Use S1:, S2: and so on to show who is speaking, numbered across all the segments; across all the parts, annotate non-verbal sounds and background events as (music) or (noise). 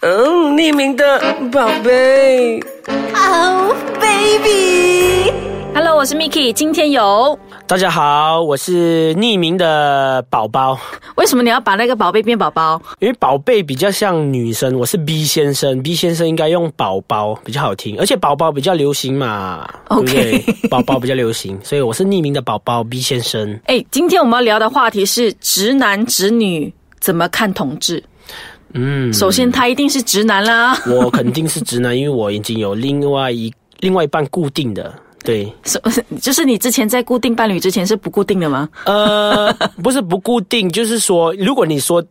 S1: 嗯，匿名的宝贝。
S2: Oh baby，
S3: Hello，我是 Miki，今天有。
S4: 大家好，我是匿名的宝宝，
S3: 为什么你要把那个宝贝变宝宝？
S4: 因为宝贝比较像女生，我是 B 先生，B 先生应该用宝宝比较好听，而且宝宝比较流行嘛
S3: OK
S4: 对不对？宝宝比较流行，所以我是匿名的宝宝 B 先生。
S3: 哎，今天我们要聊的话题是直男直女怎么看同志。
S4: 嗯，
S3: 首先，他一定是直男啦。 (laughs)
S4: 我肯定是直男，因为我已经有另外一另外一半固定的。对，
S3: 是 (laughs) 就是你之前在固定伴侣之前是不固定的吗？
S4: 呃，不是不固定，就是说，如果你说，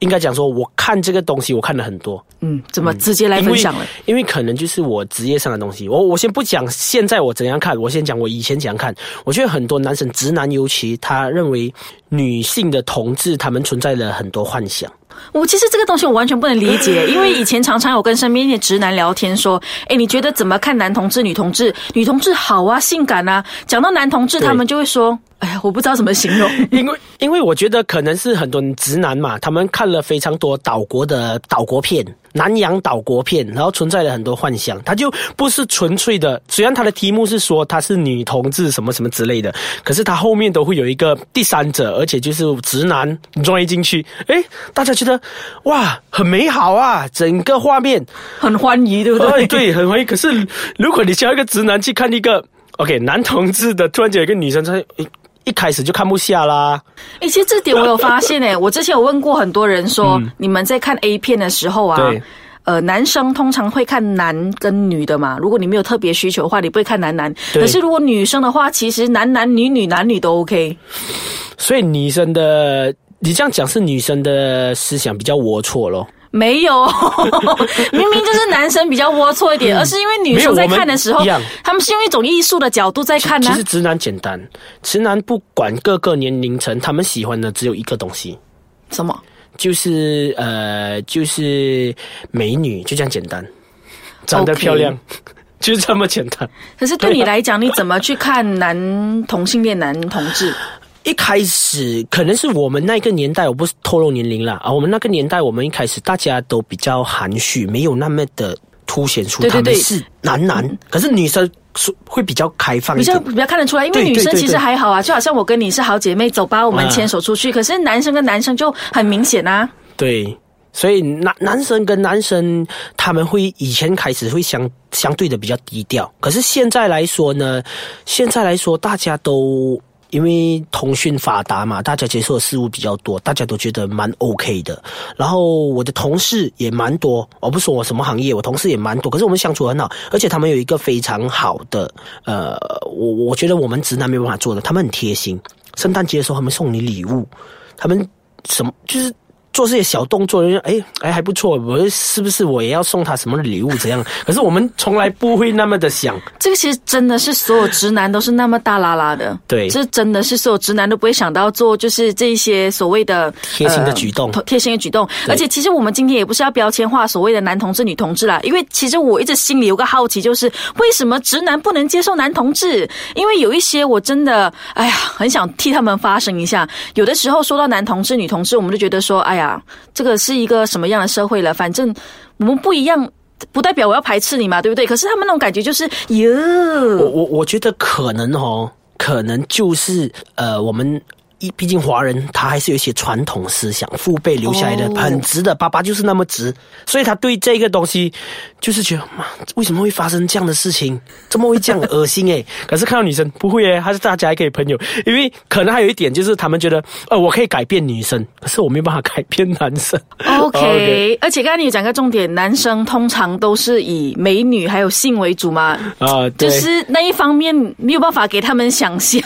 S4: 应该讲说，我看这个东西，我看了很多，
S3: 嗯，怎么直接来
S4: 因
S3: 分
S4: 为
S3: 享了？
S4: 因为可能就是我职业上的东西，我我先不讲现在我怎样看，我先讲我以前怎样看。我觉得很多男生，直男尤其，他认为女性的同志，他们存在了很多幻想。
S3: 我其实这个东西我完全不能理
S4: (laughs)
S3: 解，因为以前常常有跟身边一些直男聊天说，哎，你觉得怎么看男同志、女同志？女同志好啊，性感啊。讲到男同志，
S4: 对
S3: 他们就会说，哎呀，我不知道怎么形容。 (laughs)
S4: 因为因为我觉得可能是很多直男嘛，他们看了非常多岛国的岛国片，南洋岛国片，然后存在了很多幻想，他就不是纯粹的。虽然他的题目是说他是女同志什么什么之类的，可是他后面都会有一个第三者，而且就是直男 join 进去，诶，大家觉得哇很美好啊，整个画面，
S3: 很欢愉，对不对？
S4: 哎对，很欢迎。可是如果你叫一个直男去看一个 OK 男同志的，突然间有一个女生在，诶一开始就看不下啦。
S3: 哎、其实这点我有发现诶、我之前有问过很多人说，你们在看 A 片的时候啊
S4: 嗯对，
S3: 呃，男生通常会看男跟女的嘛，如果你没有特别需求的话，你不会看男男。
S4: 对
S3: 可是如果女生的话，其实男男女女男女都 OK。
S4: 所以女生的，你这样讲是女生的思想比较龌龊咯。
S3: 没
S4: (laughs)
S3: 有，明明就是男生比较龌龊一点，而是因为女生在看的时候
S4: 嗯没有我们一样，
S3: 他们是用一种艺术的角度在看啊呢、
S4: 其实直男简单，直男不管各个年龄层，他们喜欢的只有一个东西，
S3: 什么？
S4: 就是呃，就是美女，就这样简单，长得
S3: OK
S4: 漂亮。 (laughs) 就是这么简单。
S3: 可是
S4: 啊
S3: 对你来讲，你怎么去看男同性恋、男同志？
S4: 一开始可能是我们那个年代，我不是透露年龄啦啊，我们那个年代，我们一开始大家都比较含蓄，没有那么的凸显出
S3: 对对
S4: 他们
S3: 对
S4: 是男男，可是女生是会比较开放一
S3: 比
S4: 点
S3: 较。比较看得出来，因为
S4: 对
S3: 女生
S4: 对对
S3: 其实
S4: 对
S3: 还好啊，就好像我跟你是好姐妹，走吧，我们
S4: 啊
S3: 牵手出去。可是男生跟男生就很明显啊，
S4: 对，所以男男生跟男生他们会以前开始会相相对的比较低调，可是现在来说呢，现在来说大家都。因为通讯发达嘛，大家接受的事物比较多，大家都觉得蛮 OK 的。然后我的同事也蛮多，我不说我什么行业，我同事也蛮多，可是我们相处很好，而且他们有一个非常好的，呃，我我觉得我们直男没办法做的，他们很贴心。圣诞节的时候，他们送你礼物，他们什么就是做这些小动作，人家哎哎还不错，我是不是我也要送他什么礼物怎样？可是我们从来不会那么的想，
S3: 这个其实真的是所有直男都是那么大拉拉的，
S4: 对
S3: 这真的是所有直男都不会想到做，就是这些所谓的
S4: 贴心的举动
S3: 呃贴心的举动。而且其实我们今天也不是要标签化所谓的男同志、女同志啦，因为其实我一直心里有个好奇，就是为什么直男不能接受男同志？因为有一些我真的，哎呀，很想替他们发声一下。有的时候说到男同志、女同志，我们就觉得说，哎呀，这个是一个什么样的社会了？反正我们不一样。不代表我要排斥你嘛，对不对？可是他们那种感觉就是，哟，
S4: 我我我觉得可能哦，可能就是呃，我们一毕竟华人他还是有一些传统思想，父辈留下来的、
S3: 哦
S4: 很直的，爸爸就是那么直，所以他对这个东西就是觉得妈，为什么会发生这样的事情？怎么会这样恶心 (laughs) 诶、可是看到女生不会诶、啊还是大家还可以朋友，因为可能还有一点就是他们觉得，呃，我可以改变女生，可是我没有办法改变男生。
S3: OK，,
S4: OK
S3: 而且刚才你有讲个重点，男生通常都是以美女还有性为主嘛，
S4: (laughs)
S3: 就
S4: 啊、对，
S3: 是那一方面没有办法给他们想象。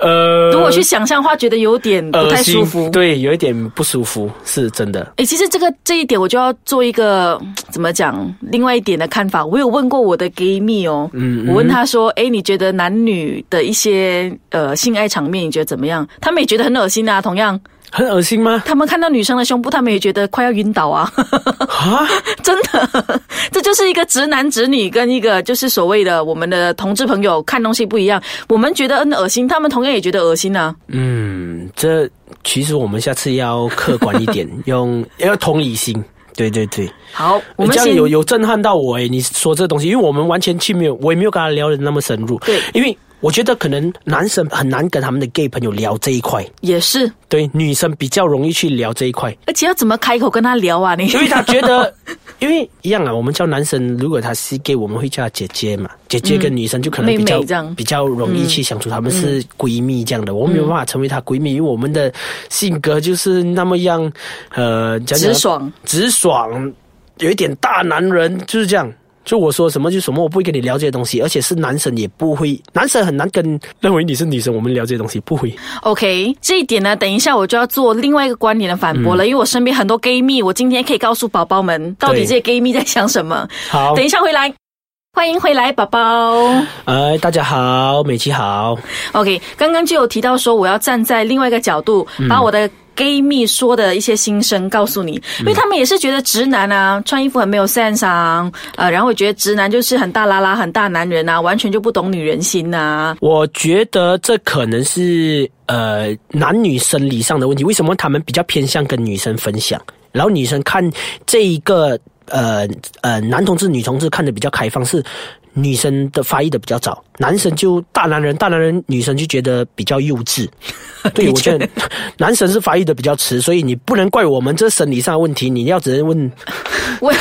S4: 呃，
S3: 如果去想象的话，觉得有点不
S4: 恶
S3: 太
S4: 心
S3: 舒服。
S4: 对，有一点不舒服，是真的。
S3: 诶，其实这个这一点我就要做一个嗯怎么讲，另外一点的看法。我有问过我的 gay 蜜哦，
S4: 嗯
S3: 我问他说，诶，你觉得男女的一些呃性爱场面，你觉得怎么样？他们也觉得很恶心啊。同样，
S4: 很恶心吗？
S3: 他们看到女生的胸部，他们也觉得快要晕倒啊。 (laughs)
S4: 啊，
S3: 真的， (laughs) 这就是一个直男直女跟一个就是所谓的我们的同志朋友看东西不一样。我们觉得嗯恶心，他们同样也觉得恶心啊。 (laughs)
S4: 嗯，这其实我们下次要客观一点，用要有同理心。对对对，
S3: 好，我
S4: 你
S3: 们
S4: 这样
S3: 先
S4: 哎有有震撼到我诶，你说这东西，因为我们完全去没有，我也没有跟他聊的那么深入，
S3: 对
S4: 因为我觉得可能男生很难跟他们的 gay 朋友聊这一块，
S3: 也是，
S4: 对，女生比较容易去聊这一块，
S3: 而且要怎么开口跟他聊啊？你
S4: 因为他觉得， (laughs) 因为一样啊，我们叫男生，如果他是 gay，我们会叫他姐姐嘛，姐姐跟女生就可能
S3: 妹
S4: 比较、
S3: 妹这样
S4: 比较容易去相处，她们是闺蜜这样的，我们没有办法成为她闺蜜，因为我们的性格就是那么样，呃，讲讲
S3: 直爽，
S4: 直爽，有一点大男人就是这样。就我说什么就什么，我不会跟你聊这些东西，而且是男生也不会，男生很难跟认为你是女生，我们聊这些东西不会。
S3: OK，这一点呢，等一下我就要做另外一个观点的反驳了，因为我身边很多 gay 蜜，我今天可以告诉宝宝们，到底
S4: 嗯对
S3: 这些 gay 蜜在想什么。
S4: 好
S3: 等，一下回来，欢迎回来，宝宝。
S4: 呃，大家好，美琪好，
S3: OK，刚刚就有提到说，我要站在另外一个角度，
S4: 嗯
S3: 把我的 gay 蜜说的一些心声告诉你，
S4: 嗯
S3: 因为他们也是觉得直男啊，穿衣服很没有 sense 啊，呃，然后也觉得直男就是很大拉拉、很大男人啊，完全就不懂女人心啊呐、
S4: 我觉得这可能是呃男女生理上的问题。为什么他们比较偏向跟女生分享，然后女生看这一个呃呃男同志、女同志看的比较开放，是女生的发育的比较早，男生就大男人，大男人女生就觉得比较幼 (laughs) 稚。对，我觉得 (laughs) 男生是发育的比较迟，所以你不能怪我们这生理上的问题，你要只能问 (laughs)
S3: 问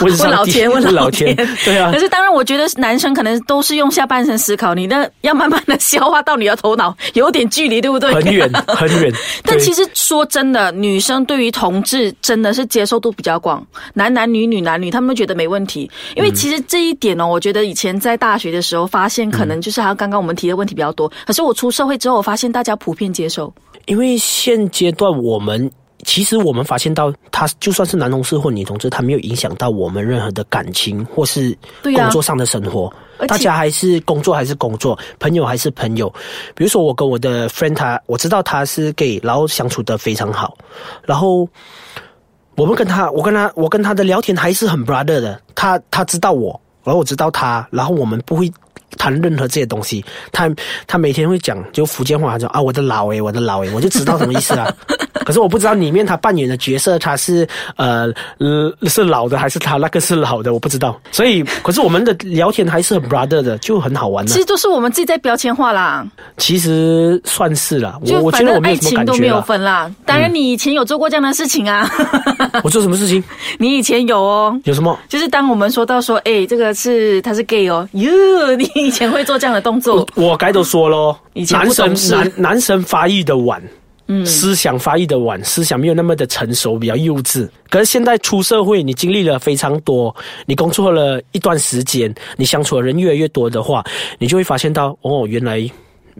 S4: 问
S3: 问
S4: 上帝
S3: 老天，
S4: (laughs) 问
S3: 老
S4: 老天 (laughs) 对啊
S3: 可是当然，我觉得男生可能都是用下半身思考，你的要慢慢的消化到你的头脑，有点距离，对不对？
S4: 很远很 (laughs) 远。
S3: 但
S4: 对
S3: 其实说真的，女生对于同志真的是接受度比较广，男男女女男女，他们都觉得没问题。因
S4: 嗯
S3: 为其实这一点呢、哦我觉得以前在大学的时候发现，可
S4: 嗯
S3: 能就是还有刚刚我们提的问题比较多。可是我出社会之后，我发现大家普遍接受。
S4: 因为现阶段我们其实我们发现到，他就算是男同事或女同志，他没有影响到我们任何的感情或是
S3: 对啊
S4: 工作上的生活。
S3: 而且
S4: 大家还是工作还是工作，朋友还是朋友。比如说我跟我的 friend 他，我知道他是 gay，然后相处的非常好，然后。我们跟他，我跟他，我跟他的聊天还是很 brother 的。他他知道我，然后我知道他，然后我们不会谈任何这些东西。他他每天会讲就福建话，他讲啊我的老诶，我的老诶，我就知道什么意思
S3: (laughs)
S4: 啊。可是我不知道里面他扮演的角色，他是呃呃是老的还是他那个是老的，我不知道。所以，可是我们的聊天还是很 brother 的，就很好玩的、
S3: 其实都是我们自己在标签化啦，
S4: 其实算是啦，我
S3: 就
S4: 我觉
S3: 反
S4: 得
S3: 正
S4: 我没
S3: 爱
S4: 有什么
S3: 情
S4: 感
S3: 都没
S4: 觉
S3: 有
S4: 啦。嗯
S3: 分啦。当然，你以前有做过这样的事情啊， (laughs)
S4: 我做什么事情？
S3: 你以前有哦。
S4: 有什么？
S3: 就是当我们说到说，哎、这个是他是 gay 哦，哟，你以前会做这样的动作，
S4: 我该都说喽，
S3: 哦以前
S4: 男
S3: 不懂
S4: 生
S3: 事
S4: 男男生发育的晚，嗯，思想发育的晚，思想没有那么的成熟，比较幼稚。可是现在出社会，你经历了非常多，你工作了一段时间，你相处的人越来越多的话，你就会发现到，哦，原来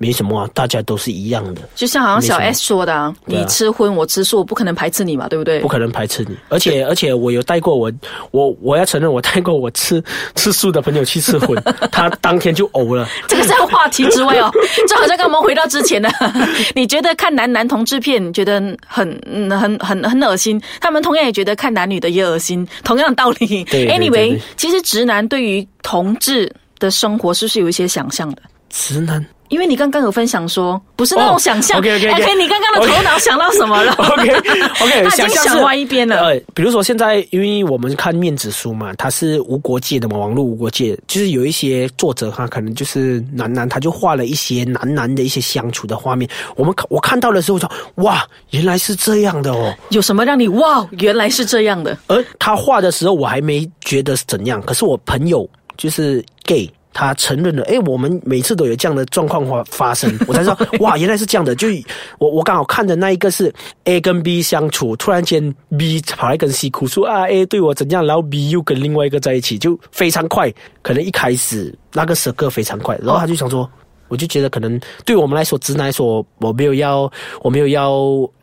S4: 没什么、啊，大家都是一样的，
S3: 就像好像小 S 说的、啊，
S4: 对啊
S3: 你吃荤我吃素，我不可能排斥你嘛，对不对
S4: 不？可能排斥你。而且而且，我有带过我我我要承认，我带过我吃 (laughs) 吃素的朋友去吃
S3: (laughs)
S4: 荤，他当天就呕了。
S3: 这个在话题之外
S4: (laughs)
S3: 哦，这好像跟我们回到之前的， (laughs) 你觉得看男男同志片你觉得很嗯很很很恶心，他们同样也觉得看男女的也恶心，同样的道理。
S4: 对对对
S3: anyway，
S4: 对
S3: 其实直男对于同志的生活是不是有一些想象的？
S4: 直男
S3: 因为你刚刚有分享说，不是那种
S4: 哦
S3: 想象。
S4: ，OK，OK，OK 哦
S3: OK，你刚刚的头脑想到什
S4: (laughs)
S3: 么了
S4: OK OK，
S3: 他已经想歪一边了。
S4: 呃，比如说现在，因为我们看面子书嘛，它是无国界的嘛，网络无国界，就是有一些作者他可能就是男男，他就画了一些男男的一些相处的画面。我们看我看到的时候我说，哇，原来是这样的哦。
S3: 有什么让你哇，原来是这样的？
S4: 而他画的时候，我还没觉得是怎样，可是我朋友就是 gay。他承认了，哎，我们每次都有这样的状况发发生，我才知道，哇，原来是这样的。就我我刚好看的那一个是 A 跟 B 相处，突然间 B 跑来跟 C 哭诉啊，A 对我怎样，然后 B 又跟另外一个在一起，就非常快。可能一开始那个时刻非常快，然后他就想说，我就觉得可能对我们来说，直男来说，我没有要，我没有要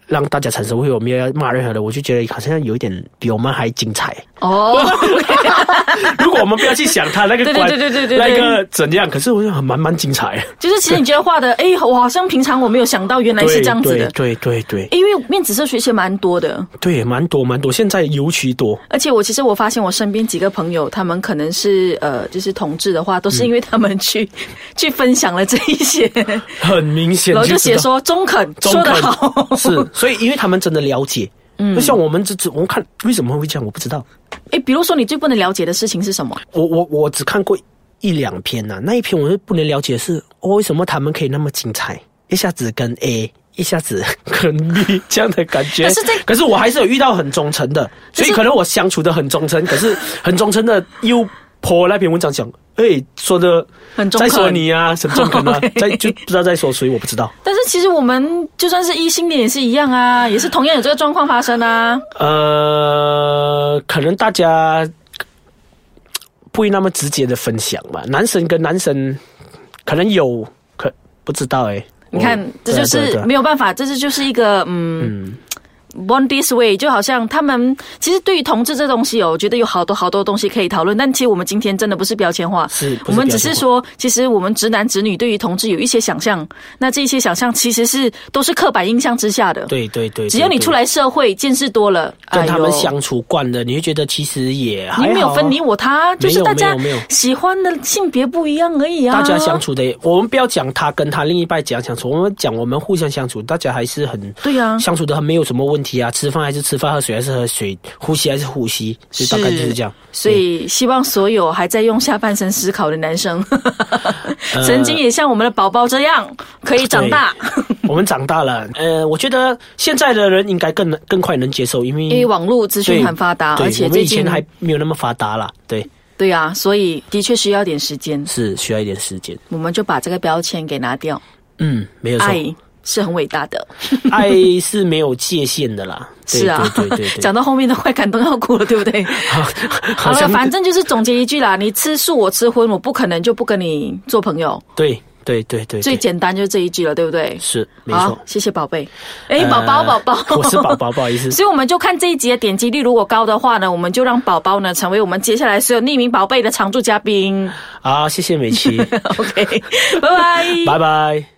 S4: 让大家产生误会，我没有要骂任何人，我就觉得好像有一点比我们还精彩。
S3: 哦，
S4: (laughs)
S3: (laughs)
S4: 如果我们不要去想他那个
S3: 对对
S4: 关
S3: 对对对对对
S4: 那个怎样，可是我就很蛮蛮精彩。
S3: 就是其实你觉得画的，哎，我好像平常我没有想到，原来是这样子的。
S4: 对对对对
S3: 因为面子社学其实蛮多的，
S4: 对，蛮多蛮多，现在尤其多。
S3: 而且我其实我发现我身边几个朋友，他们可能是呃，就是同志的话，都是因为他们去、 (laughs) 去分享了这一些，
S4: 很明显
S3: 然后
S4: 知道
S3: 就写说中肯，
S4: 中
S3: 说
S4: 肯
S3: 得好，
S4: 是，所以因为他们真的了解，嗯，像我们这这，我们看为什么会这样，我不知道。
S3: (laughs) 诶，比如说你最不能了解的事情是什么？
S4: 我我我只看过一两篇呐、那一篇我就不能了解是、哦、为什么他们可以那么精彩，一下子跟 A，一下子 (laughs) 跟 B 这样的感觉。
S3: 可是这
S4: 可是我还是有遇到很忠诚的，所以可能我相处的很
S3: (laughs)
S4: 忠诚，可是很忠诚的又泼那篇文章讲，哎，说的
S3: 很中
S4: 在
S3: 肯哦
S4: 说你啊，什么中
S3: (laughs)
S4: 肯啊
S3: OK，
S4: 在就不知道在说谁，我不知道。
S3: 但是其实我们就算是异性恋也是一样啊，也是同样有这个状况发生啊。
S4: 呃，可能大家不会那么直接的分享吧。男生跟男生可能有，可不知道哎、
S3: 你看
S4: 我，
S3: 这就
S4: 对啊对
S3: 是
S4: 啊对啊
S3: 没有办法，这是就是一个嗯。Born this way，就好像他们其实对于同志这东西哦，我觉得有好多好多东西可以讨论。但其实我们今天真的不是标签化，
S4: 是不
S3: 我
S4: 是
S3: 们
S4: 标
S3: 只
S4: 签
S3: 是
S4: 化
S3: 说，其实我们直男直女对于同志有一些想象，那这些想象其实是都是刻板印象之下的。，
S4: 对对对，
S3: 只要你
S4: 对
S3: 出。来社会见识多了，
S4: 对跟他们
S3: 哎呦
S4: 相处惯了，你会觉得其实也还
S3: 你
S4: 好啊
S3: 没有分你我他，就是大家
S4: 没有没有没有
S3: 喜欢的性别不一样而已啊。
S4: 大家相处的也，我们不要讲他跟他另一半讲相处，我们讲我们互相相处，大家还是很
S3: 对啊
S4: 相处的很没有什么问题啊，吃饭还是吃饭，喝水还是喝水，呼吸还是呼吸，所以大概就是这样。
S3: 所以希望所有还在用下半身思考的男生， (laughs)
S4: 呃
S3: 曾经也像我们的宝宝这样可以长大，
S4: (laughs) 我们长大了，呃，我觉得现在的人应该更更快能接受，因为
S3: 因为网络资
S4: 对
S3: 讯很发达，
S4: 对
S3: 而且
S4: 我们
S3: 最
S4: 以前
S3: 近
S4: 还没有那么发达啦，对，
S3: 对啊，所以的确需要点时间，
S4: 是需要一点时间。
S3: 我们就把这个标签给拿掉。
S4: 嗯，没有错，
S3: 爱是很伟大的，
S4: 爱是没有界限的啦，对
S3: 是啊
S4: 对对对，
S3: (laughs)
S4: 对
S3: 讲到后面都快感动要哭了，对不对？好
S4: (laughs) 好
S3: 了，
S4: 像
S3: 反正就是总结一句啦，你吃素我吃荤，我不可能就不跟你做朋友，
S4: 对对对对，
S3: 最
S4: 对
S3: 简单就是这一句了，对不对？
S4: 是没
S3: 好
S4: 错，。
S3: 谢谢宝贝。哎，
S4: 呃
S3: 宝宝，宝宝，
S4: (laughs) 我是宝宝，不好意思。
S3: 所以我们就看这一集的点击率，如果高的话呢，我们就让宝宝呢成为我们接下来所有匿名宝贝的常驻嘉宾。 (laughs)
S4: 好，谢谢美琪，
S3: OK，拜拜。
S4: 拜拜。